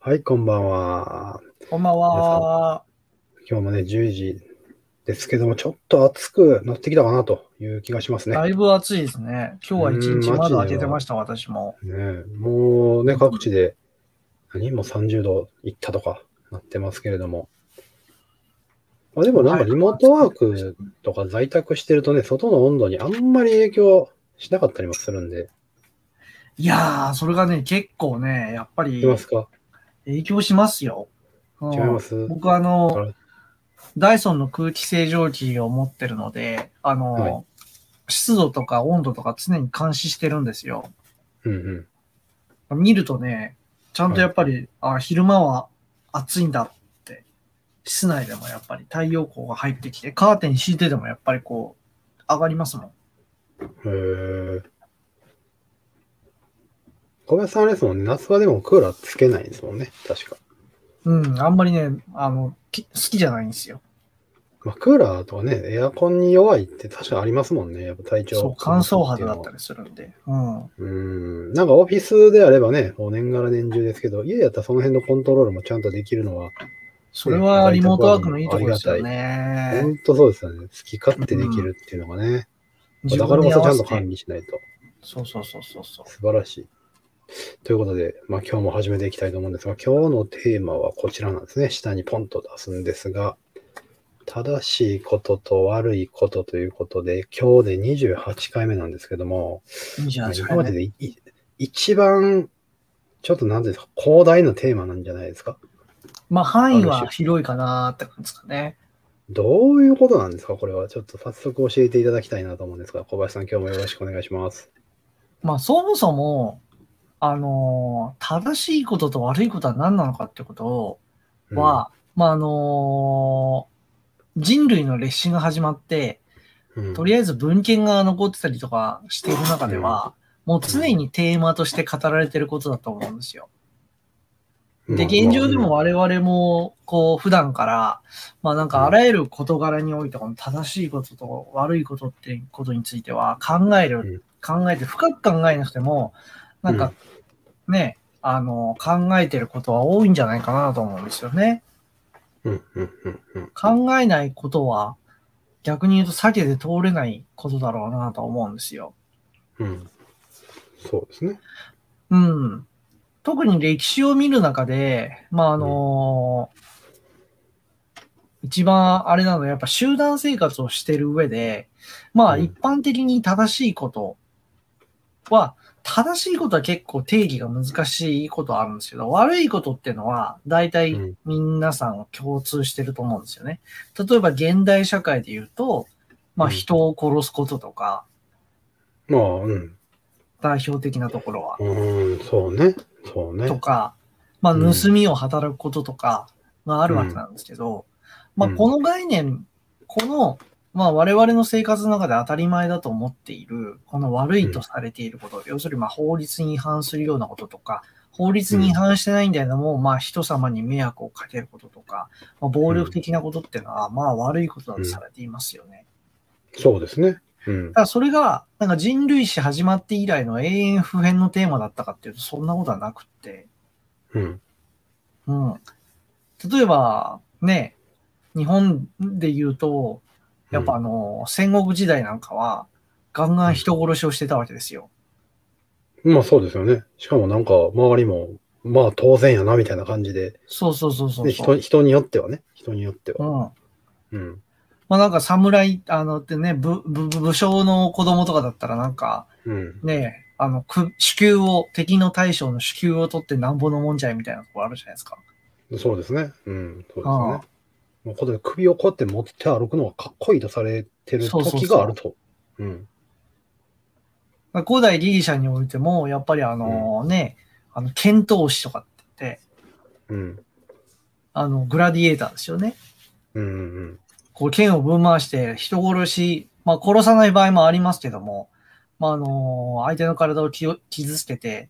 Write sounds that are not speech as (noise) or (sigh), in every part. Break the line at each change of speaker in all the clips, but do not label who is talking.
はい、こんばんは。
こんばんは。
今日もね、10時ですけども、ちょっと暑くなってきたかなという気がしますね。
だいぶ暑いですね。今日は一日
うん
窓開けてました、私も。
ねえもうね、各地で、何もう30度いったとかなってますけれども。まあ、でもなんかリモートワークとか在宅してるとね、外の温度にあんまり影響しなかったりもするんで、
いやー、それがね、結構ね、やっぱり
いますか
影響しますよ。うん
違います
僕あ
あ
の
ら、
ダイソンの空気清浄機を持ってるので、あの、
はい
湿度とか温度とか常に監視してるんですよ。
うんうん。
見るとね、ちゃんとやっぱり、あ昼間は暑いんだって、室内でもやっぱり太陽光が入ってきて、カーテン敷いてでもやっぱりこう、上がりますもん。
へー小林さんあれですもんね、夏場でもクーラーつけないですもんね、確か。
うん、あんまりね、あの、き好きじゃないんですよ。
まあ、クーラーとかね、エアコンに弱いって確かありますもんね、やっぱ体調。
そう、乾燥肌だったりするんで。うん。
うーんなんかオフィスであればね、もう年がら年中ですけど、家やったらその辺のコントロールもちゃんとできるのは、
それはリモートワークのいいところですよね。
本当そうですよね。好き勝手できるっていうのがね、
自
だか
分
らこ
に合
そちゃ
わ
ん
せ
と管
て。
理しないと。
そうそうそうそうそう。
素晴らしい。ということで、まあ、今日も始めていきたいと思うんですが、今日のテーマはこちらなんですね。下にポンと出すんですが、正しいことと悪いことということで、今日で28回目なんですけども、
いいじゃないです
今
か、
まで
ね。
でいい一番、ちょっとなんていうんですか、広大なテーマなんじゃないですか。
まあ、範囲は広いかなーって感じですかね。
どういうことなんですか、これは。ちょっと早速教えていただきたいなと思うんですが、小林さん、今日もよろしくお願いします。
まあ、そもそも、あのー正しいことと悪いことは何なのかってことを、
うん、
は、まあ、あのー人類の歴史が始まって、
うん、
とりあえず文献が残ってたりとかしている中では、もう常にテーマとして語られてることだと思うんですよ。で、現状でも我々も、こう、普段から、まあなんかあらゆる事柄において、この正しいことと悪いことっていうことについては考える、考えて、深く考えなくても、なんかね、あの、考えてることは多いんじゃないかなと思うんですよね。
うん、うん、うん、うん。
考えないことは、逆に言うと避けて通れないことだろうなと思うんですよ。
うん。そうですね。
うん。特に歴史を見る中で、まあ、あの一番あれなのは、やっぱ集団生活をしてる上で、まあ、
うん
一般的に正しいことは、正しいことは結構定義が難しいことあるんですけど、悪いことっていうのは、大体
うん
皆さん共通してると思うんですよね。例えば現代社会で言うと、まあ、
うん
人を殺すこととか、
まあ、うん。
代表的なところは。
うん、そうね。そうね。
とか、まあ、
うん
盗みを働くこととかがあるわけなんですけど、
うん
まあ、この概念、この、まあ、我々の生活の中で当たり前だと思っている、この悪いとされていること、要するにまあ法律に違反するようなこととか、法律に違反してないんだけども、まあ、人様に迷惑をかけることとか、まあ、暴力的なことっていうのは、まあ、悪いことだとされていますよね。
そうですね。うん
だ。からそれが、なんか人類史始まって以来の永遠不変のテーマだったかっていうと、そんなことはなくって、
うん。
うん。例えば、ね、日本で言うと、やっぱあの、戦国時代なんかは、ガンガン人殺しをしてたわけですよ。
まあ、そうですよね。しかもなんか、周りも、まあ、当然やな、みたいな感じで。
そうそうそうそう
で
そう。
人人によってはね。人によって
うん。
は。う
ま
ん。
あなんか侍、あの、ってね、ぶ、ぶ、武将の子供とかだったらなんか、
うん。
ね、あの、く、子宮を、敵の大将の子宮を取ってなんぼのもんじゃいみたいなところあるじゃないですか。
そうですね。うん。そうですね。
ああ
もうこれ首をこうやって持って歩くのがかっこいいとされてる
そうそう
時
そう
があると。うん。
まあ古代ギリシャにおいても、やっぱりあの、ね、あの、剣闘士とかって言って、
うん。
あの、グラディエーターですよね。
うん。うん。
こう、剣をぶん回して、人殺し、まあ、殺さない場合もありますけども、まあ、あの相手の体をきよ傷つけて、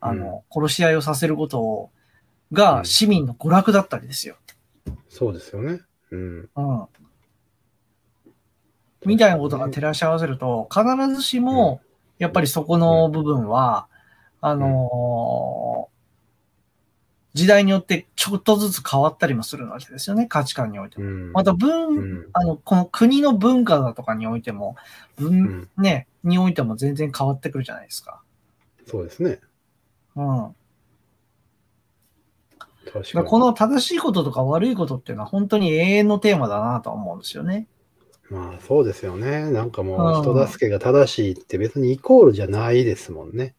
あの、殺し合いをさせることを、
う
が
ん
市民の娯楽だったりですよ。
そうですよね。うん。
うん。みたいなことが照らし合わせると、必ずしも、やっぱりそこの部分は、あの時代によってちょっとずつ変わったりもするわけですよね、価値観において
う
も。
ん。
また
う
文、
ん。
あの、この国の文化だとかにおいても、
う
文、
ん。
ね、においても全然変わってくるじゃないですか。
そうですね。
うん。
確か
だから
に。
この正しいこととか悪いことっていうのは本当に永遠のテーマだなとは思うんですよね。
まあそうですよね。なんか
う
も
ん
う人助けが正しいって別にイコールじゃないですもんね。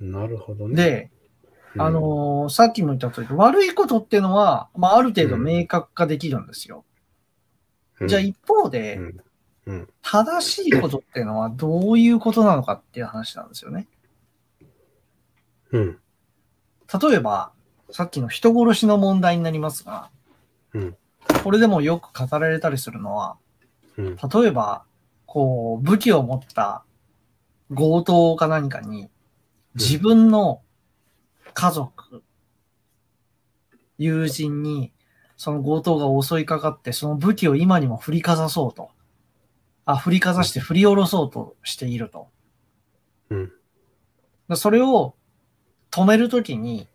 なるほどね。
で、
うん、
あのーさっきも言った通り、悪いことっていうのは、まあ、ある程度明確化できるんですよ。
うん、
じゃあ一方で、
うんうん
正しいことっていうのはどういうことなのかっていう話なんですよね。
うん。
例えば、さっきの人殺しの問題になりますが、
うん
これでもよく語られたりするのは、
うん。
例えば、こう、武器を持った強盗か何かに、自分の家族、友人に、その強盗が襲いかかって、その武器を今にも振りかざそうと。あ、振りかざして振り下ろそうとしていると。
うん。
でそれを止めるときに、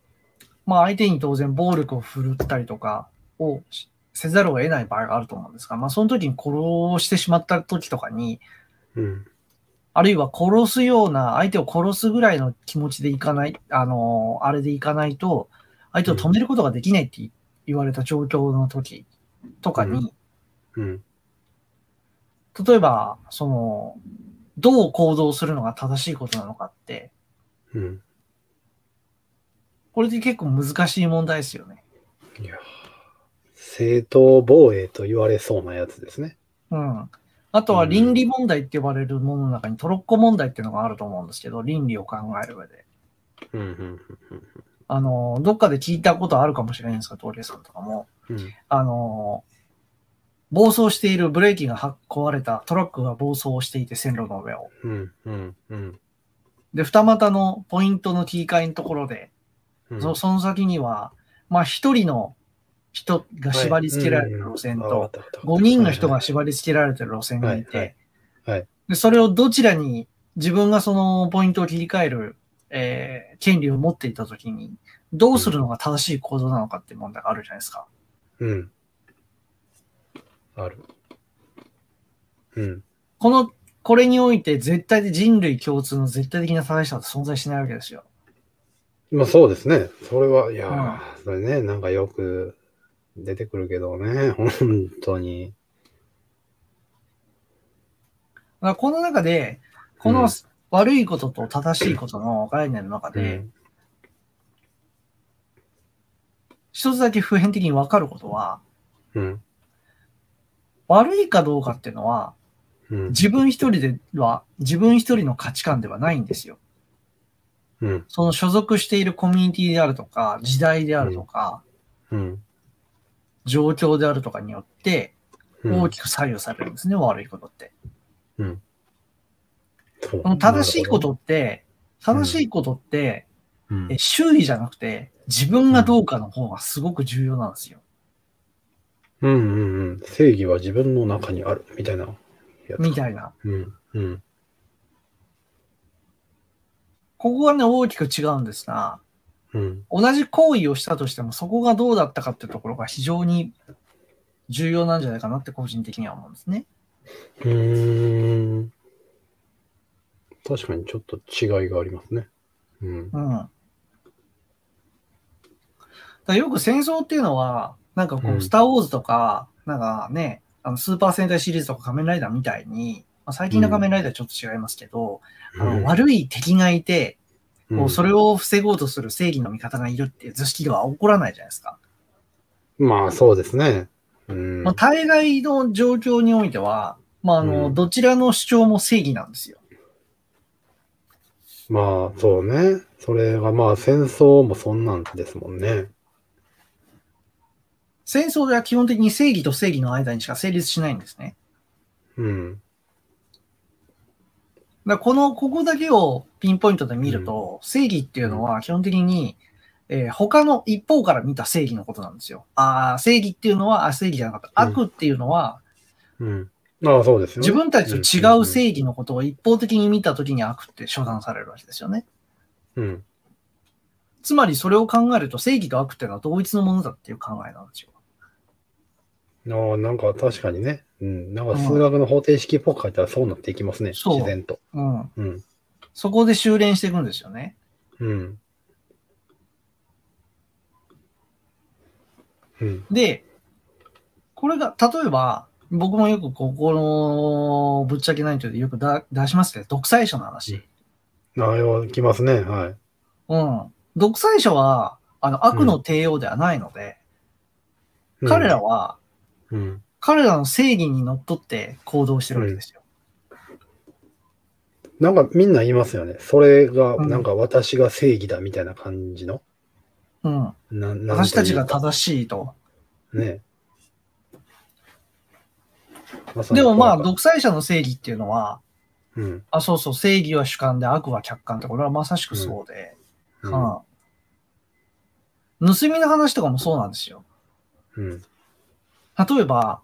まあ相手に当然暴力を振るったりとかをしせざるを得ない場合があると思うんですが、まあその時に殺してしまった時とかに、
うん。
あるいは殺すような、相手を殺すぐらいの気持ちでいかない、あのーあれでいかないと、相手を止めることができないってい言われた状況の時とかに、
うん。
例えば、その、どう行動するのが正しいことなのかって、
うん。
これって結構難しい問題ですよね。
いやー正当防衛と言われそうなやつですね。
うん。あとは倫理問題って呼ばれるものの中にトロッコ問題っていうのがあると思うんですけど、倫理を考える上で。
うん。うん。
あの、どっかで聞いたことあるかもしれないんですが、東レさんとかも。
うん。うん
あの、暴走しているブレーキがは壊れたトラックが暴走していて線路の上を。
うん。うん。うん。
で、二股のポイントの切り替えのところで、
うん
そその先には、まあ一人の人が縛り付けられる路線と、5人の人が縛り付けられてる路線がいて、
はいはいはい
でそれをどちらに自分がそのポイントを切り替える、えー権利を持っていたときに、どうするのが正しい行動なのかっていう問題があるじゃないですか。
うん。ある。うん。
この、これにおいて絶対で人類共通の絶対的な正しさは存在しないわけですよ。
まあそうですね。それは、いやー、それね、なんかよく出てくるけどね、本当に。
だからこの中で、こ
う
の
ん
悪いことと正しいことの概念の中
う
で、
ん。
一つだけ普遍的に分かることは、
うん。
悪いかどうかっていうのは、
うん。
自分一人では、自分一人の価値観ではないんですよ。
うん。
その所属しているコミュニティであるとか、時代であるとか、
うん。
状況であるとかによって、
うん
大きく左右されるんですね、悪いことって。
そう
この正しいことって、正しいことって、
なるほどうん
え周囲じゃなくて、自分がどうかの方がすごく重要なんですよ。
うんうんうん。正義は自分の中にある、みたいな。
みたいな。
うん。うん。
ここがね、大きく違うんですが、
うん。
同じ行為をしたとしても、そこがどうだったかっていうところが非常に重要なんじゃないかなって個人的には思うんですね。
うーん。確かにちょっと違いがありますね。うん。
うん。だからよく戦争っていうのは、なんかこ
う
う、
ん
スター・ウォーズとか、なんかね、あのスーパー戦隊シリーズとか仮面ライダーみたいに、まあ、最近の仮面ライダーはちょっと違いますけど、あの悪い敵がいて、こうそれを防ごうとする正義の味方がいるっていう図式では起こらないじゃないですか。
まあそうですね。うん。
まあ、大概の状況においては、まあ、あの、
うん
どちらの主張も正義なんですよ。
まあそうね。それがまあ戦争もそんなんですもんね。
戦争では基本的に正義と正義の間にしか成立しないんですね。
うん。
だからこの、ここだけをピンポイントで見ると、正義っていうのは基本的に、えー他の一方から見た正義のことなんですよ。ああ、正義っていうのは、あ正義じゃなかった。
うん
悪っていうのは、
うん。ああ、そうですよね。
自分たちと違う正義のことを一方的に見たときに悪って処断されるわけですよね。
うん。
つまりそれを考えると正義と悪っていうのは同一のものだっていう考えなんですよ。
ああ、なんか確かにね。うん。なんか数学の方程式っぽく書いたらそうなっていきますね。
そう
自然と。
うん。
うん。
そこで修練していくんですよね。
うん。うん。
で、これが、例えば、僕もよくここのぶっちゃけないとでよくだ出しますけど、独裁者の話。
あれはきますね。はい。
うん。独裁者は、あの、悪の帝王ではないので、
うん
彼らは、
うん。
彼らの正義にのっとって行動してるわけですよ。
なんかみんな言いますよね。それが、
うん
なんか私が正義だみたいな感じの。
うん。
ななん
私たちが
というか
正しいと。
ね。まさに
でもま
こ
あ、
れが
独裁者の正義っていうのは、
うん。
あ、そうそう、正義は主観で悪は客観って、これはまさしくそうで。
うん
うん。盗みの話とかもそうなんですよ。
うん。
例えば、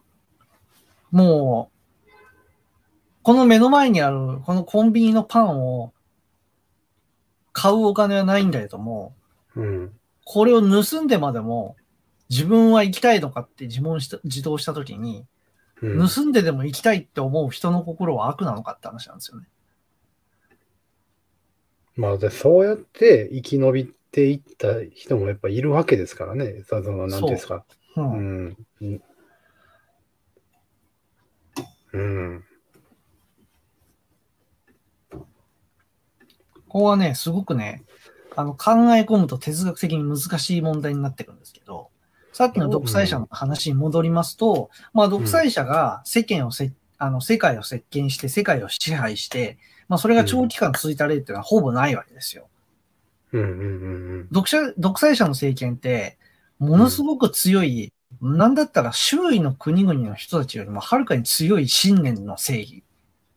もう、この目の前にある、このコンビニのパンを買うお金はないんだけども、
うん。
これを盗んでまでも、自分は行きたいのかって自問した、自答したときに、
うん
盗んででも行きたいって思う人の心は悪なのかって話なんですよね。
まあ、でそうやって生き延びていった人もやっぱいるわけですからね。さその、なんていうんですか。
う。
うんん。うんうん。
ここはね、すごくね、あの考え込むと哲学的に難しい問題になってくるんですけど、さっきの独裁者の話に戻りますと、まあ、独裁者が世間をせ、あの世界を席巻して、世界を支配して、まあ、それが長期間続いた例っていうのはほぼないわけですよ。
うんうんうん
独者独裁者の政権って、ものすごく強い、なんだったら周囲の国々の人たちよりもはるかに強い信念の正義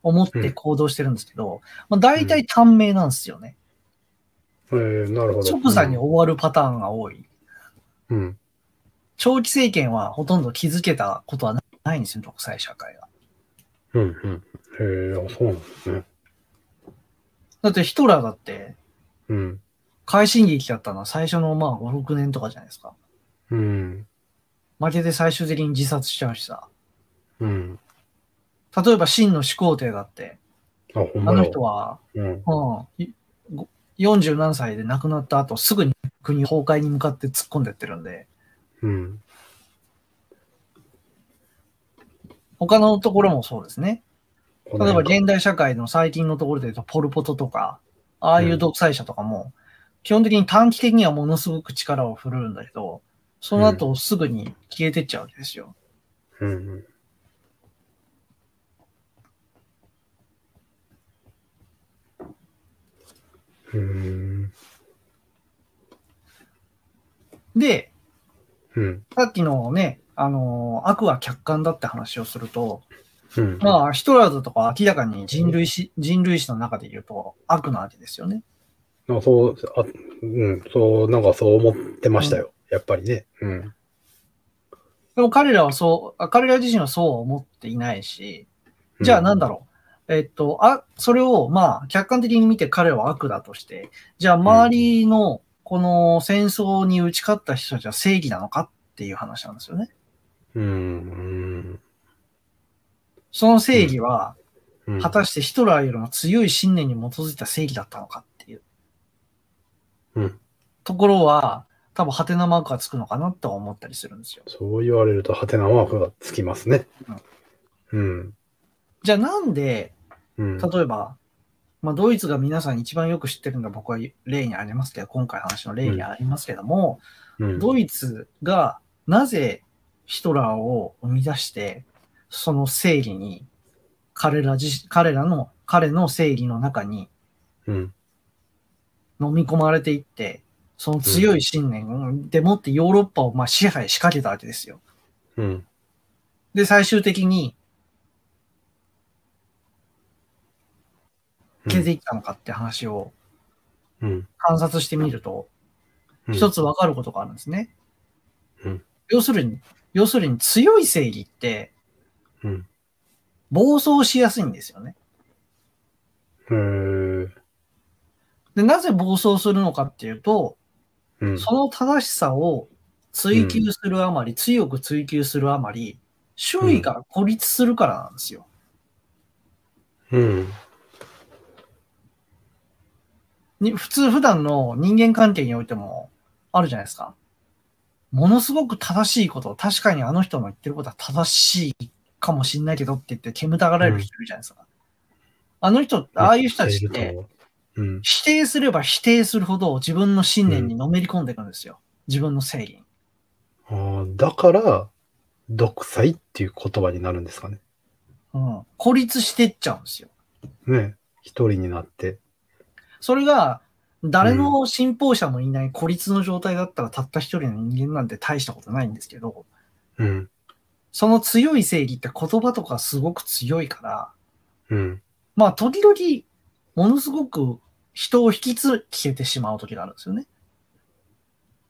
を持って行動してるんですけど、まあ、大体短命なんですよね。
うん。えー、なるほど。
即座に終わるパターンが多い。
うん。
長期政権はほとんど気づけたことはないんですよ、独裁社会が。
うんうん。へえ、あそうなんですね。
だってヒトラーだって、
うん。
快進撃だったのは最初のまあ5、6年とかじゃないですか。
うん。
負けて最終的に自殺しちゃうしさ。
うん。
例えば真の始皇帝だって、
あ、ほんま
あの
や
人は、
うん。
うん、いご40何歳で亡くなった後すぐに国崩壊に向かって突っ込んでってるんで、
うん。
他のところもそうですね。
この
例えば
辺か
現代社会の最近のところで言うと、ポル・ポトとか、ああいう独裁者とかも、基本的に短期的にはものすごく力を振るうんだけど、その後すぐに消えてっちゃうわけですよ。
うんうん。うーん。
で、
うん。
さっきのね、あのー悪は客観だって話をすると、
うん。
まあ、ヒトラーだとかは明らかに人類史、人類史の中で言うと悪なわけですよね。
なんかそう、あ、うん、そう、なんかそう思ってましたよ。やっぱりね。うん。
でも彼らはそう、あ彼ら自身はそうは思っていないし、じゃあなんだろう。えっと、あ、それを、まあ、客観的に見て彼は悪だとして、じゃあ周りの、この戦争に打ち勝った人たちは正義なのかっていう話なんですよね。
うん。うん。
その正義は、
うん。
果たしてヒトラーよりも強い信念に基づいた正義だったのかっていう
うん。
ところは、多分ハテナマークがつくのかなとは思ったりするんですよ。
そう言われると、ハテナマークがつきますね。うん。
じゃあなんで、
うん。
例えば、まあ、ドイツが皆さん一番よく知ってるのは僕は例にありますけど、今回話の例にありますけども、
うん
ドイツがなぜヒトラーを生み出して、その正義に、彼ら自身、彼らの、彼の正義の中に
うん。
飲み込まれていって、その強い信念でもってヨーロッパをまあ支配しかけたわけですよ。
うん。
で、最終的に消えていったのかって話を
うん。
観察してみると、
うん
一つわかることがあるんですね。
うん
要するに、要するに強い正義って、
うん
暴走しやすいんですよね。
へー
で、なぜ暴走するのかっていうと、
うん。
その正しさを追求するあまり、強く追求するあまり、周囲から孤立するからなんですよ。
うん。
に普通普段の人間関係においてもあるじゃないですか。ものすごく正しいこと、確かにあの人の言ってることは正しいかもしんないけどって言って煙たがられる人いるじゃないですか。あの人、ああいう人たちって、
うん。
否定すれば否定するほど自分の信念にのめり込んでいくんですよ。自分の正義に。
あーだから、独裁っていう言葉になるんですかね。
うん。孤立してっちゃうんですよ。
ね。一人になって。
それが、誰の信奉者もいない孤立の状態だったらたった一人の人間なんて大したことないんですけど、
うん。
その強い正義って言葉とかすごく強いから、
うん。
まあ時々、ものすごく人を引きつけてしまう時があるんですよね。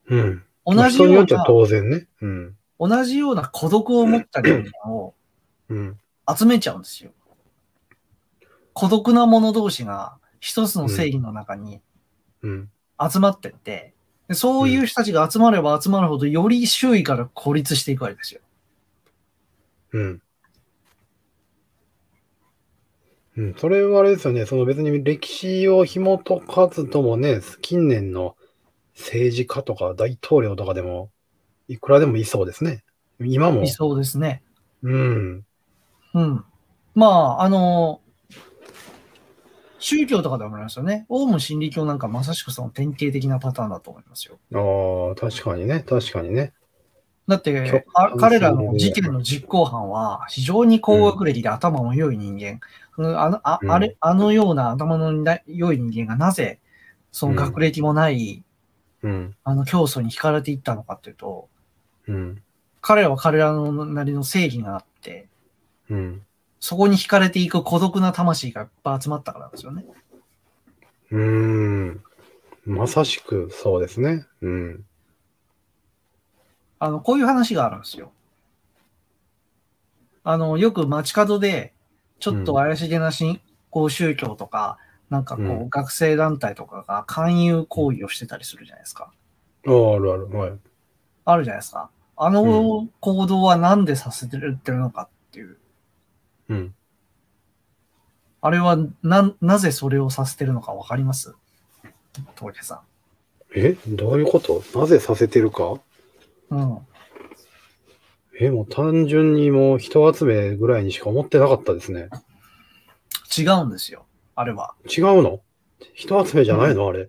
うん。ま
同
あ
じ
人に
よ
よ
う
っては
な、
当然ね。うん。
同じような孤独を持った人間を
うん。
集めちゃうんですよ。孤独な者同士が一つの正義の中に
うん。
集まってって、でそういう人たちが集まれば集まるほど、より周囲から孤立していくわけですよ。
うん。うん、それはあれですよね。その別に歴史を紐解かずともね、近年の政治家とか大統領とかでも、いくらでもいそうですね。今も
理。想ですね。
うん。
うん。まあ、あの、宗教とかでもありますよね。オウム真理教なんかまさしくその典型的なパターンだと思いますよ。
ああ、確かにね。確かにね。
だっ
きょ
て、あ彼らの事件の実行犯は、非常に高学歴で頭も良い人間、うんあのあ
うん
あれあのような頭のな良い人間がなぜ、その学歴もない、
うん。
あの競争に惹かれていったのかっていうと、
うん。
彼らは彼らのなりの正義があって、
うん。
そこに惹かれていく孤独な魂がいっぱい集まったからなんですよね。
うーん。まさしくそうですね。うん。
あの、こういう話があるんですよ。あの、よく街角で、ちょっと怪しげな信仰宗教とか、なんかこ
う
う、学生団体とかが勧誘行為をしてたりするじゃないですか。
ああ、あるある。はい。
あるじゃないですか。あの行動はなんでさせてるってるのかっていう。
うん。
あれは、な、なぜそれをさせてるのかわかります峠さ
えどういうことなぜさせてるか
ん。うん。
え、もう単純にもう人集めぐらいにしか思ってなかったですね。
違うんですよ。あれは。
違うの人集めじゃないのあれ。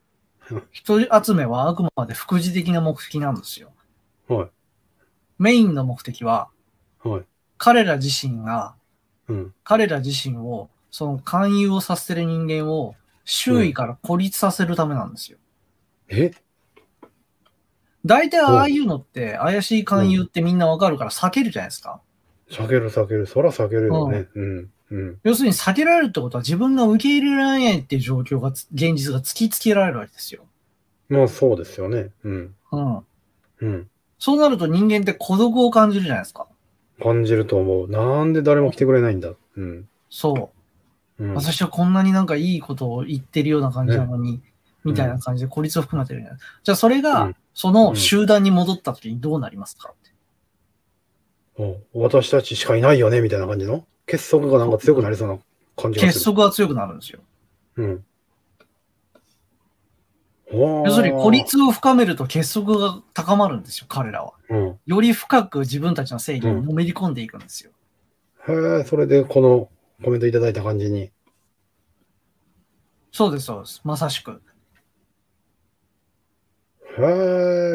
人集めはあくまで副次的な目的なんですよ。
はい。
メインの目的は、
はい。
彼ら自身が、
うん。
彼ら自身を、その勧誘をさせてる人間を、周囲から孤立させるためなんですよ。
え
大体ああいうのって、怪しい勧誘ってみんなわかるから避けるじゃないですか。
避ける避ける。そら避けるよね。うん。うん。
要するに避けられるってことは自分が受け入れられないっていう状況がつ、現実が突きつけられるわけですよ。
まあそうですよね。うん。
うん。
うん。
そうなると人間って孤独を感じるじゃないですか。
感じると思う。なんで誰も来てくれないんだ。うん。
そう。
うん。
私はこんなになんかいいことを言ってるような感じなのに、みたいな感じで孤立を含めてるじゃないじゃあそれ
う
が
ん、
その集団に戻った時にどうなりますかって。
お私たちしかいないよね、みたいな感じの結束がなんか強くなりそうな感じがする。
結束が強くなるんですよ。
うん。
要
要
するに孤。立を深めると結束が高まるんですよ、彼らは。
うん。
より深く自分たちの正義にのめり込んでいくんですよ。
へえ、それでこのコメントいただいた感じに。
そうです、そうです。まさしく。
へ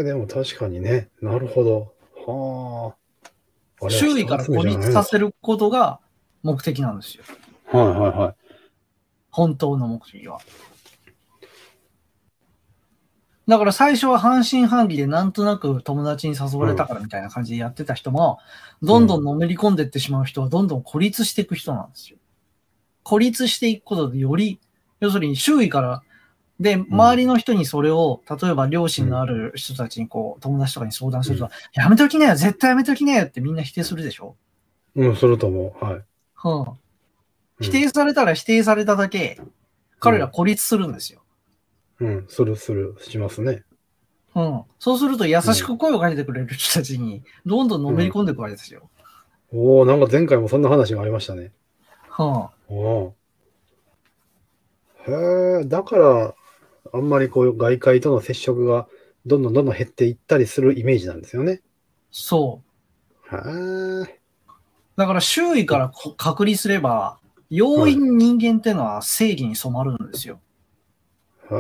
え、でも確かにね。なるほど。はああれ。
周囲から孤立させることが目的なんですよ。
はいはいは
本当の目的は。だから最初は半信半疑でなんとなく友達に誘われたからみたいな感じでやってた人も、どんどんのめり込んでってしまう人はどんどん孤立していく人なんですよ。孤立していくことでより、要するに周囲から、で、周りの人にそれを、例えば両親のある人たちにこう、友達とかに相談すると、やめときなよ、絶対やめときなよってみんな否定するでしょ
い。うん、すると思う。はい。
うん。否定されたら否定されただけ、彼ら孤立するんですよ。
うん、するする、しますね。
うん。そうすると優しく声をかけてくれる人たちに、どんどんのめり込んでいくわけですよ。
おおなんか前回もそんな話がありましたね。
うん。
おーへえ、だから、あんまりこう、外界との接触がどんどんどんどん減っていったりするイメージなんですよね。
そう。
へえ、
だから周囲からこ隔離すれば、容易に人間ってのは正義に染まるんですよ。
へえ。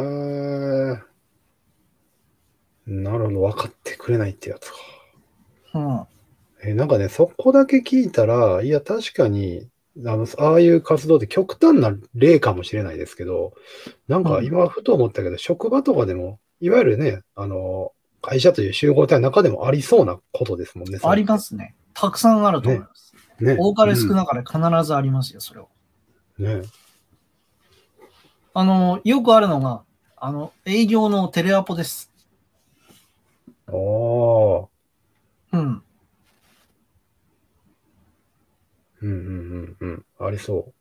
なるほど、分かってくれないってやつか。
うん。
えなんかね、そこだけ聞いたら、いや、確かに、あの、ああいう活動って極端な例かもしれないですけど、なんか今ふと思ったけど、職場とかでも、いわゆるね、あの、会社という集合体の中でもありそうなことですもんね。
ありますね。たくさんあると思います。
す。ね。
多かれ少なかれ必ずありますよ、それは。
うんね。
あの、よくあるのが、あの、営業のテレアポです。
おー。
うん。
うんうんうんうん。ありそ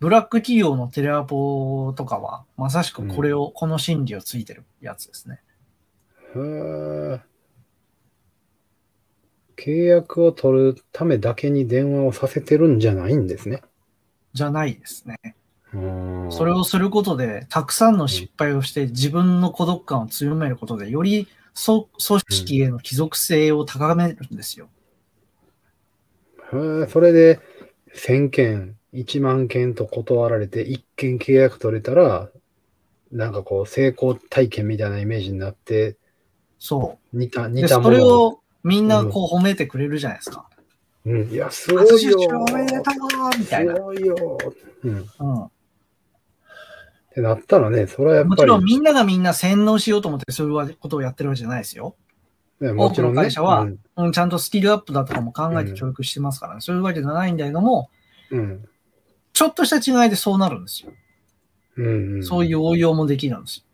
ブラック企業のテレアポとかは、まさしくこれを、この心理をついてるやつですね。
う。へえ。契約を取るためだけに電話をさせてるんじゃないんですね。
じゃないですね。
うん
それをすることで、たくさんの失敗をして、自分の孤独感を強めることで、よりそ組織への帰属性を高めるんですよ。
へえそれで1000件、1万件と断られて、1件契約取れたら、なんかこう、成功体験みたいなイメージになって、
そ
似た、
う。
似
で、
た
そ
もの
れをみんなこう褒めてくれるじゃないですか。
うん、いや、すご
初
い
出
よ。
社おめでとうみたいな
す。ごいよ。うん。っ
うん。
てなったらね、それはやっ
も
ぱ
ちろん
り、
みんながみんな洗脳しようと思ってそういうことをやってるわけじゃないですよ。
ね
多くの会社は
うん
うん、ちゃんとスキルアップだとかも考え
う
て
ん
教育してますからね。そういうわけじゃないんだけども、
うん。
ちょっとした違いでそうなるんですよ。
うんうん。
そういう応用もできるんですよ。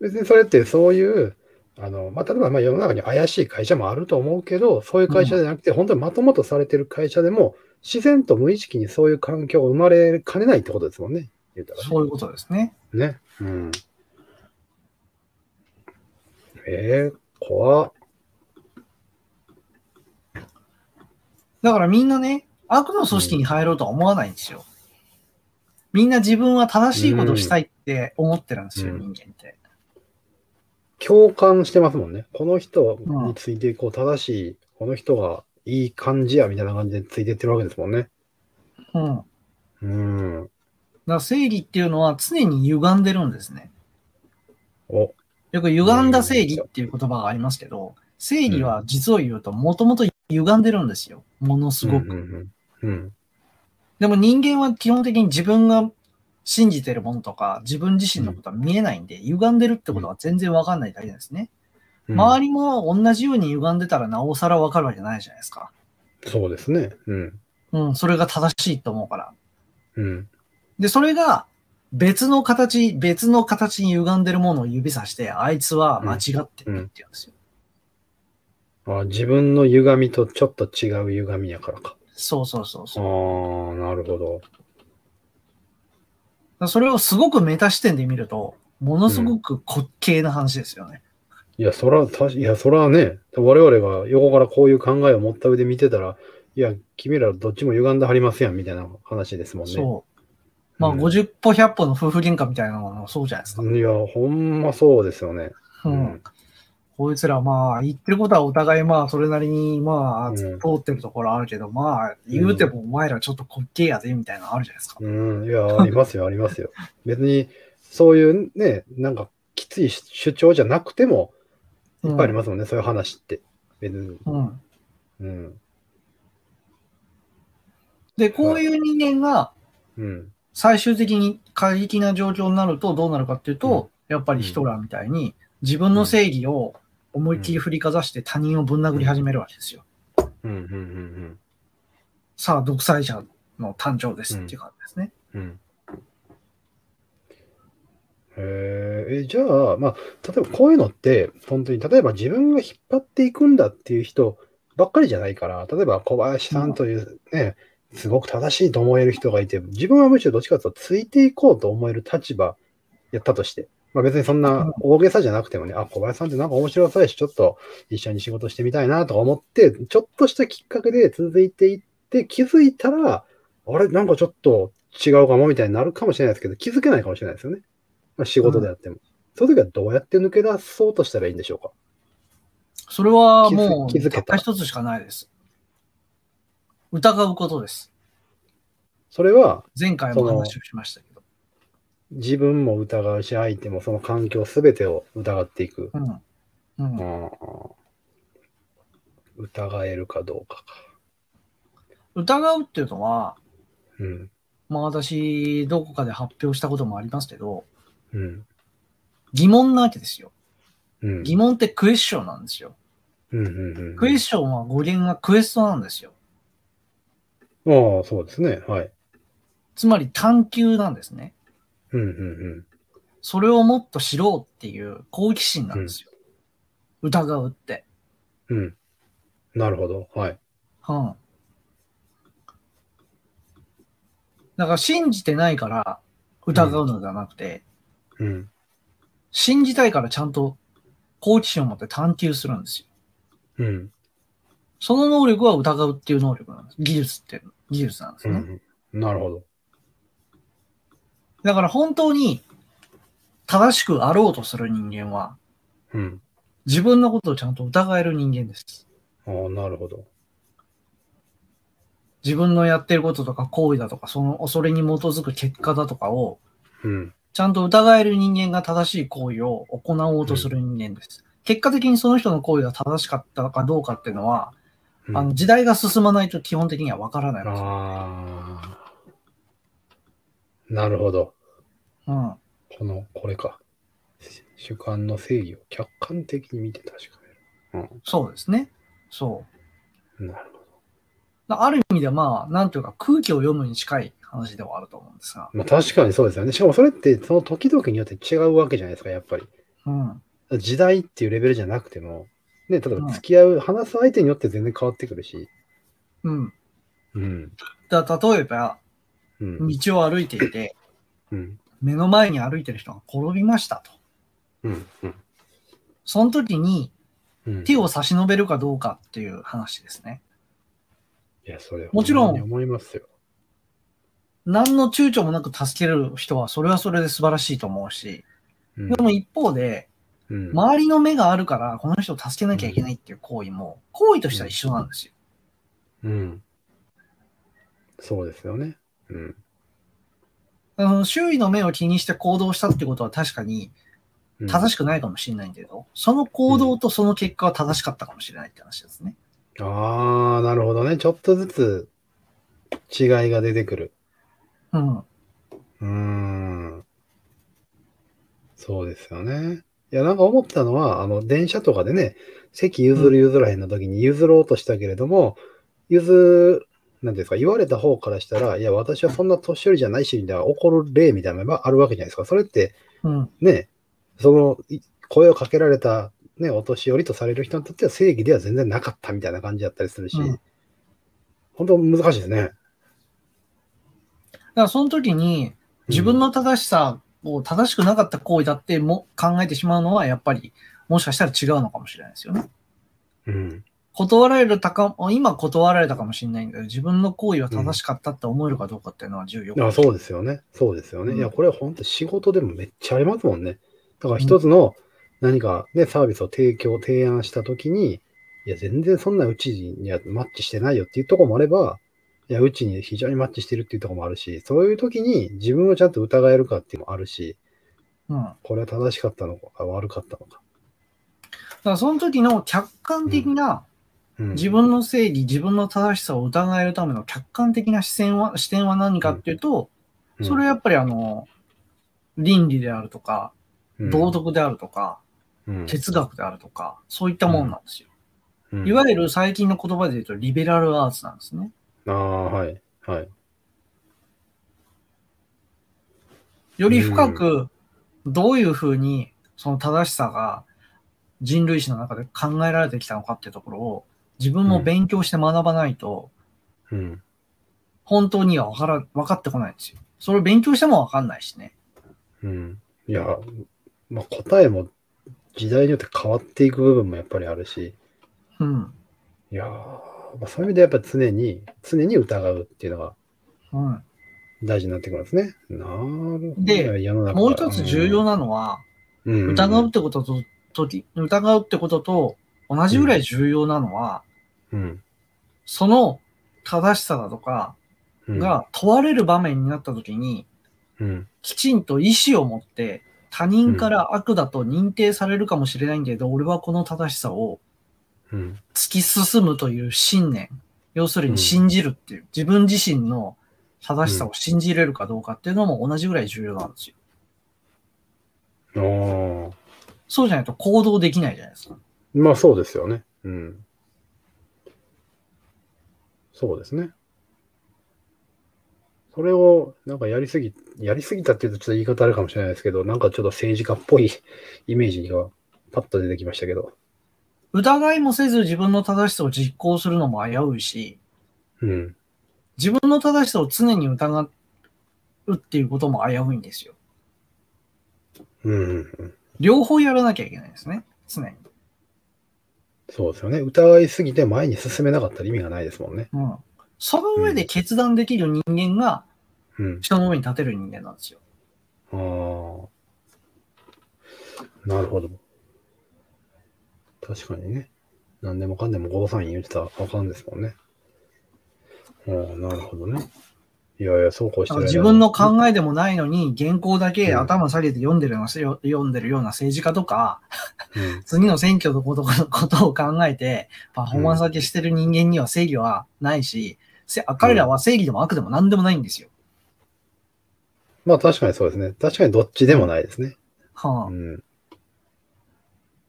別にそれってそういう、あの、まあ、例えばまあ世の中に怪しい会社もあると思うけど、そういう会社じゃなくて、本当にまともとされてる会社でも、自然と無意識にそういう環境が生まれかねないってことですもんね。言うたら
そういうことですね。
ね。ね。うん。えー、怖っ。
だからみんなね、悪の組織に入ろうとは思わないんですよ。みんな自分は正しいことをしたいって思ってるんですよ、
うん
人間って。
共感してますもんね。この人についてこう正しい、この人がいい感じや、みたいな感じでついてってるわけですもんね。
うん。だか
うん。
ら正義っていうのは常に歪んでるんですね。
お、
よく歪んだ正義っていう言葉がありますけど、正義は実を言うともともと歪んでるんですよ。ものすごく。
うんうんうん。うん。
でも人間は基本的に自分が信じてるものとか、自分自身のことは見えないんで、歪んでるってことは全然わかんないだけなんですね。
うん
周りも同じように歪んでたらなおさらわかるわけないじゃないですか。
そうですね。うん。
うん、それが正しいと思うから。
うん。
で、それが別の形、別の形に歪んでるものを指さして、あいつは間違ってるって言うんですよ。
あ自分の歪みとちょっと違う歪みやからか。
そうそうそう
あ
そう。だか
あ、なるほど。
らそれをすごくメタ視点で見ると、ものすごく滑稽な話ですよね。
いや、そら、たしいや、そらね、我々が横からこういう考えを持った上で見てたら、いや、君らどっちも歪んではりますやん、みたいな話ですもんね。
そう。まあ、
うん
50歩100歩の夫婦喧嘩みたいなのもそうじゃないですか。
いや、ほんまそうですよね。
うん。こいつらまあ、言ってることはお互いまあ、それなりにま
う
あ、
ん
通ってるところあるけど、まあ、言うてもお前らちょっと滑稽やで、みたいなのあるじゃないですか。
うん、いや、ありますよ、ありますよ。 (laughs) 別に、そういうね、なんか、きつい主張じゃなくても、いっぱいありますもんね、そういう話って。別に。
うん。
うん。
で、こういう人間が
うん。
最終的に過激な状況になるとどうなるかっていうと、やっぱりヒトラーみたいに自分の正義を思いっきり振りかざして他人をぶん殴り始めるわけですよ。
うん、うん、うん、
さあ、独裁者の誕生ですっていう感じですね。
うん。うん。へええ、じゃあ、まあ、例えばこういうのって、本当に、例えば自分が引っ張っていくんだっていう人ばっかりじゃないから、例えば小林さんというね、すごく正しいと思える人がいて、自分はむしろどっちかというと、ついていこうと思える立場やったとして、まあ別にそんな大げさじゃなくてもね、あ、小林さんってなんか面白そうやし、ちょっと一緒に仕事してみたいなとか思って、ちょっとしたきっかけで続いていって、気づいたら、あれ、なんかちょっと違うかもみたいになるかもしれないですけど、気づけないかもしれないですよね。まあ仕事であっても。そういう時はどうやって抜け出そうとしたらいいんでしょうか
それはも
気づ気づ
う、
け
た
た
った一つしかないです。疑うことです。
それは
前回も話をしましたけど。
自分も疑うし、相手もその環境すべてを疑っていく。
うん。う。
うんん疑えるかどうかか。
疑うっていうのは、
うん。
まあ私、どこかで発表したこともありますけど、
うん。
疑問なわけですよ。
うん。
疑問ってクエスチョンなんですよ。
うんうんうん。
クエスチョンは語源がクエストなんですよ。
ああ、そうですね。はい。
つまり探求なんですね。
うんうん
それをもっと知ろうっていう好奇心なんですよ。疑うって。
うん。うん。なるほど。はい。
うん。だから信じてないから疑うのではなくて、
うん。
信じたいからちゃんと好奇心を持って探求するんですよ。
うん。
その能力は疑うっていう能力なんです。技術って、技術なんです
う
ね。
ん。なるほど。
だから本当に正しくあろうとする人間は
うん。
自分のことをちゃんと疑える人間です。
ああ、なるほど。
自分のやってることとか行為だとか、その、それに基づく結果だとかを、
うん。
ちゃんと疑える人間が正しい行為を行おうとする人間です。結果的にその人の行為が正しかったかどうかっていうのは、
うん
あの時代が進まないと基本的にはわからないんですよ。
ああ。なるほど。
うん。
この、これか。し主観の正義を客観的に見て確か
そうですね。そう。
める。なるほど。
だある意味ではまあ、なんというか空気を読むに近い話ではあると思うんですが。
まあ確かにそうですよね。しかもそれってその時々によって違うわけじゃないですか、やっぱり。
うん。
時代っていうレベルじゃなくても、ね、例え
うん
ば付き合う、話す相手によって全然変わってくるし。
うん。
うん。
だ例えば、
うん。
道を歩いていて、
うん。
目の前に歩いてる人が転びましたと。
うん。うん
その時に
うん。
手を差し伸べるかどうかっていう話ですね。
いや、それ
もちろん
ほまに思いますよ。
何の躊躇もなく助ける人はそれはそれで素晴らしいと思うし、
うん
でも一方で、
うん
周りの目があるからこの人を助けなきゃいけないっていう行為も、行為としては一緒なんですよ。
うん。そうですよね。うん。
あの周囲の目を気にして行動したってことは確かに
うん
正しくないかもしれないけど、その行動とその結果は正しかったかもしれないって話ですね。
ああ、なるほどね。ちょっとずつ違いが出てくる。
うん。
うーん。そうですよね。いや、なんか思ったのは、あの、電車とかでね、席譲る譲らへんの時に譲ろうとしたけれども、譲、なんていうんですか、言われた方からしたら、いや、私はそんな年寄りじゃないし、みたいな怒る例みたいなのがあるわけじゃないですか。それって、
うん。
ね、その、い声をかけられた、ね、お年寄りとされる人にとっては正義では全然なかったみたいな感じだったりするし、
うん
本当難しいですね。
だからその時に自分の正しさを正しくなかった行為だっても考えてしまうのはやっぱりもしかしたら違うのかもしれないですよね。
うん。
断られるたか、今断られたかもしれないんだけど、自分の行為は正しかったって思えるかどうかっていうのは重要。
あそうですよね。そうですよね。
うん
いや、これ本当仕事でもめっちゃありますもんね。だから一つの何かね、サービスを提供、提案したときに、いや、全然そんなうちにはマッチしてないよっていうところもあれば、いや、うちに非常にマッチしてるっていうところもあるし、そういう時に自分をちゃんと疑えるかっていうのもあるし、
うん。だ
これは正しかったのか、悪かったのか。
からその時の客観的な、
うん
自分の正義、自分の正しさを疑えるための客観的な視線は、視点は何かっていうと、
うん
それはやっぱりあの、倫理であるとか、道徳であるとか、
うん
哲学であるとか、そういったものなんですよ。
うん
いわゆる最近の言葉で言うと、リベラルアーツなんですね。
ああ、はい。はい。
より深く、どういうふうに、その正しさが人類史の中で考えられてきたのかっていうところを、自分も勉強して学ばないと、
うん。
本当には分からん、分かってこないんですよ。それを勉強しても分かんないしね。
うん。いや、まあ、答えも時代によって変わっていく部分もやっぱりあるし、
うん。
いやー、まあ、そういう意味でやっぱ常に、常に疑うっていうのが
うん。
大事になってくるんですね。なるほど。
で
世の中
もう一つ重要なのは、
うん、
疑うってことと、とき疑うってことと同じぐらい重要なのは、
うん
その正しさだとか
うん、
が問われる場面になったときに、
うん、
きちんと意思を持って他人から悪だと認定されるかもしれないんだけど、俺はこの正しさを
うん、
突き進むという信念、要する
うん
に信じるっていう、自分自身の正しさを信じれるかどうかっていうのも同じぐらい重要なんですよ。
うん。おー
そうじゃないと行動できないじゃないですか。
まあそうですよね。うん。そうですね。それを、なんかやりすぎ、やりすぎたっていうとちょっと言い方あるかもしれないですけど、なんかちょっと政治家っぽい (laughs) イメージがパッと出てきましたけど。
疑いもせず自分の正しさを実行するのも危ういし、
うん。
自分の正しさを常に疑うっていうことも危ういんですよ。
うん、うんうん。
両方やらなきゃいけないですね。常に。
そうですよね。疑いすぎて前に進めなかったら意味がないですもんね。
うん。その上で決断できる人間が
うん。
人の上に立てる人間なんですよ。
ああ。なるほど。確かにね。何でもかんでも5三言ってたらあかんですもんね。ああ、なるほどね。いやいや、そうこうしてる間に
自分の考えでもないのに原稿だけ頭下げて読んでるようなよ読んでるような政治家とか、
うん
次の選挙のことことを考えてパフォーマンスだけしてる人間には正義はないし、せ彼らは正義でも悪でも何でもないんですよ。
まあ確かにそうですね。確かにどっちでもないですね。
はあ
うん。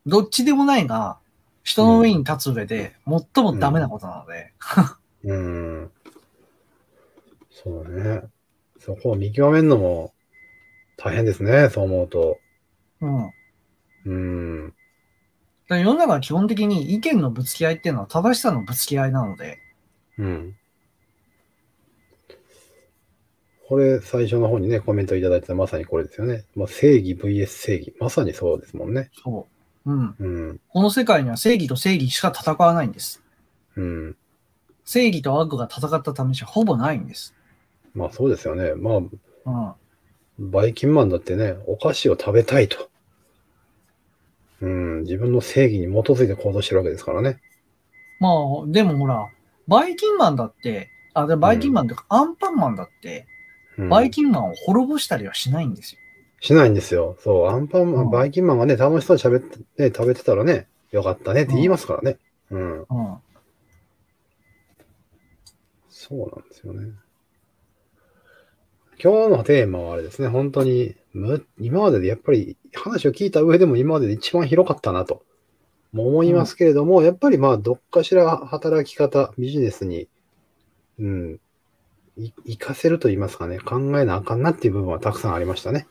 どっちでもないが、人の上に立つ上で最もダメなことなので、
うん。そうね。そこを見極めるのも大変ですね。そう思うと。
うん。だか
うん。
ら世の中は基本的に意見のぶつけ合いっていうのは正しさのぶつけ合いなので、
うん。これ、最初の方にね、コメントいただいてたまさにこれですよね。まあ、正義 VS 正義。まさにそうですもんね。
そう。うん。
うん。
この世界には正義と正義しか戦わないんです。
うん。
正義と悪が戦ったためじゃほぼないんです。
まあ、そうですよね。まあ、
うん。
バイキンマンだってね、お菓子を食べたいと。うん。自分の正義に基づいて行動してるわけですからね。
まあ、でもほら、バイキンマンだって、あ、でバイキンマンというか、アンパンマンだって、
うん、
バイキンマンを滅ぼしたりはしないんですよ。
しないんですよ。そう。アンパンマン、
うん
バイキンマンがね、楽しそうに喋って、ね、食べてたらね、よかったねって言いますからね。うん
うん。
そうなんですよね。今日のテーマはあれですね、本当にむ今まででやっぱり話を聞いた上でも今までで一番広かったなとも思いますけれども、やっぱりまあどっかしら働き方、ビジネスに、うん、い活かせると言いますかね、考えなあかんなっていう部分はたくさんありましたね。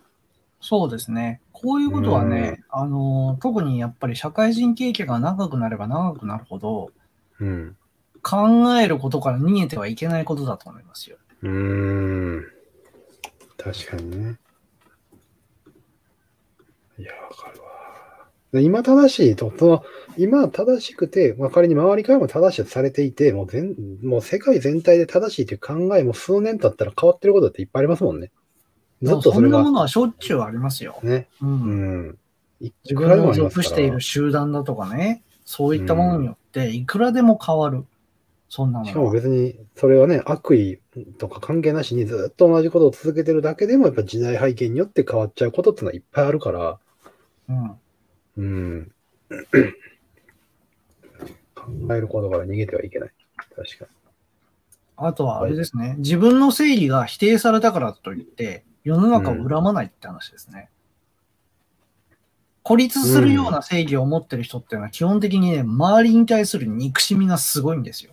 そうですね。こういうことはね、あのー、特にやっぱり社会人経験が長くなれば長くなるほど、
うん。
考えることから逃げてはいけないことだと思いますよ。
うーん。確かにね。いや、わかるわ。で今正しいと、その、今正しくて、まあ、仮に周りからも正しくされていて、もう全、もう世界全体で正しいという考えも数年経ったら変わってることっていっぱいありますもんね。ずっと
そ
そ
ん
れ
なも
が、
のはしょっちゅうありますよ。
ね。
う。
うんん。い
自
くら
分
でも
の
ありま
属
すから
している集団だとかね、そういったものによって、いくらでも変わる。そんな
し
も
か
の
も
は。
別に、それはね、悪意とか関係なしにずっと同じことを続けてるだけでも、やっぱ時代背景によって変わっちゃうことってのはいっぱいあるから、
うん。
うん。 (clears throat) 考えることから逃げてはいけない。確か
あとはあれですね、自分の正義が否定されたからといって、世の中を恨まないって話ですね。孤立するような正義を持ってる人っていうのは、基本的にね、周りに対する憎しみがすごいんですよ。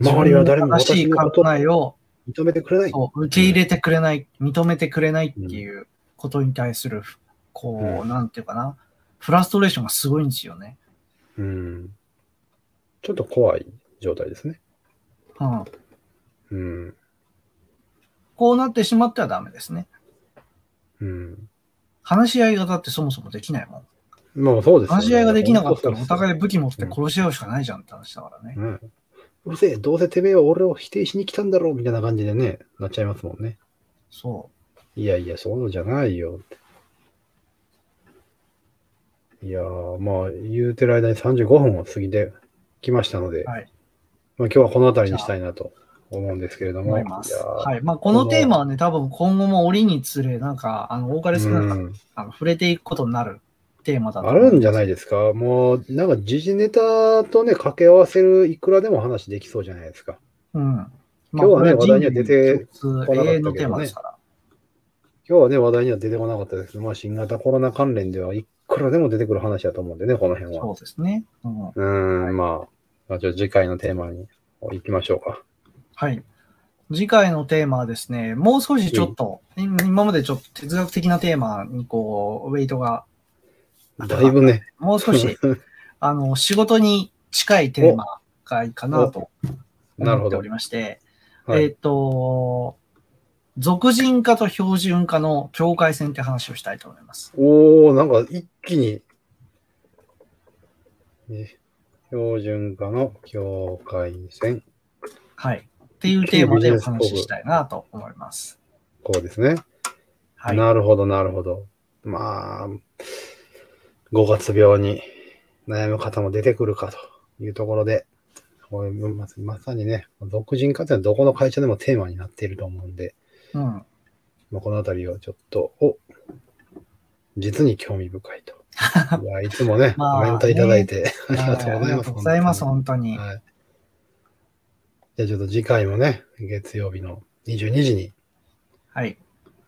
に。周りは誰も
自
私の
分の正しい
ことを
考えを
認めてくれない。
そう受け入れてくれない、認めてくれないっていうことに対する、こ
う
う、なんていうかな、フラストレーションがすごいんですよね。
うん。ちょっと怖い状態ですね。
うん。
うん。
こうなってしまってはダメですね。
うん。
話し合いがだってそもそもできないもん。
まあそうですよね
話し合いができなかったらお互い
本
武器持って殺し合うしかないじゃんって話だからね。
当そうですねうんうるせえ、どうせてめえは俺を否定しに来たんだろうみたいな感じでね、なっちゃいますもんね。
そ
いやいや、そうじゃないよって。いやー、まあ、言うてる間に35分を過ぎてきましたので、
はい
まあ、今日はこの辺りにしたいなと思うんですけれど
う、
も、
思
い
い
や
ます。
ー
はい。まあ、このテーマはね、多分今後も折につれ、なんか、あの、多かれ少な
う
く、
ん
あの触れていくことになるテーマだと
あ
思う
るんじゃないですか。もう、なんか時事ネタとね、掛け合わせるいくらでも話できそうじゃないですか。
うん。まあ
今日はね
これ
話題には出て
人類
こなかったけど
共通
ね
永遠のテーマですから。
今日はね、話題には出てこなかったですけど、まあ、新型コロナ関連ではいくらでも出てくる話だと思うんでね、この辺は。
そうですね。うん。
うーん、まあ、まあ、じゃあ次回のテーマに行きましょうか。
はい。次回のテーマはですね、もう少しちょっと、今今までちょっと哲学的なテーマにこう、ウェイトが、
だいぶね、
もう少
(laughs)
し、あの、仕事に近いテーマがいいかなと
なる
思
ほ
って
ど
おり。まして、
はい
えっ、と、俗人化と標準化の境界線って話をしたいと思います。
おおなんか一気に、ね、標準化の境界線、
はい。っていうテーマでお話ししたいなと思います。
こうですね。
はい。
なるほど、なるほど。まあ、5月病に悩む方も出てくるかというところで、これまさまさにね、俗人化っていうのはどこの会社でもテーマになっていると思うんで、
うん。
まあ、このあたりをちょっと、お実に興味深
(laughs)
いと。いやいつもね、
まあ
コメントいただいて、 (laughs) ありがとうご
あ
ざい
りが
ます。
とうございます、
本
本当
当に
に。
はい。じゃあちょっと次回もね、月曜日の22時に、
はい。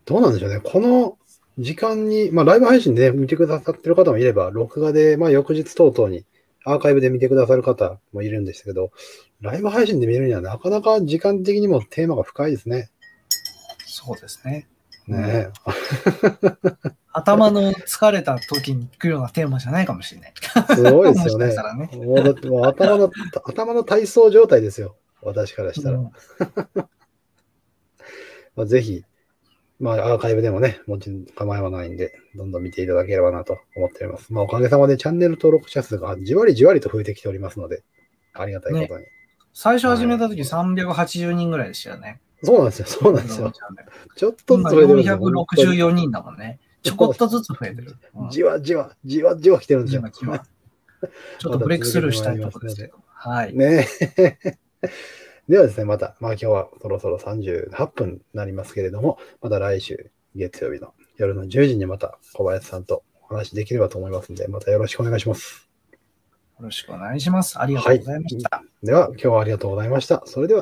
どうなんでしょうね、この時間に、まあ、ライブ配信で見てくださってる方もいれば、録画で、まあ、翌日等々にアーカイブで見てくださる方もいるんですけど、ライブ配信で見るにはなかなか時間的にもテーマが深いですね。
そうですね。
ねえ
頭の疲れた時に聞くようなテーマじゃないかもしれない。
すごいですよ
(laughs) もしか
ね
した。らね。
もうだってもう頭の、頭の体操状態ですよ。私からしたら。
うん
まあ、ぜひ、まあ、アーカイブでもね、もちろん構いはないんで、どんどん見ていただければなと思っております。まあ、おかげさまでチャンネル登録者数がじわりじわりと増えてきておりますので、ありがたいことに。
最初始めた
はい
時380人ぐらいでしたよね。
そうなんですよ、そうなんですよ。ちょっとず
今
つ増えてるんですよ。本当に
464人だもんね。ちょこっとずつ増えてる。うん
じわじわ、じわじわ来てるんです
じ
よ
わ。じわちょっとブレイクスルーしたいところですけど。はい。
ね (laughs) え。ではですね、また、まあ今日はそろそろ38分になりますけれども、また来週月曜日の夜の10時にまた小林さんとお話しできればと思いますので、またよろしくお願いします。
よろしくお願いします。ありがとうございました。
では、今日はありがとうございました。それでは。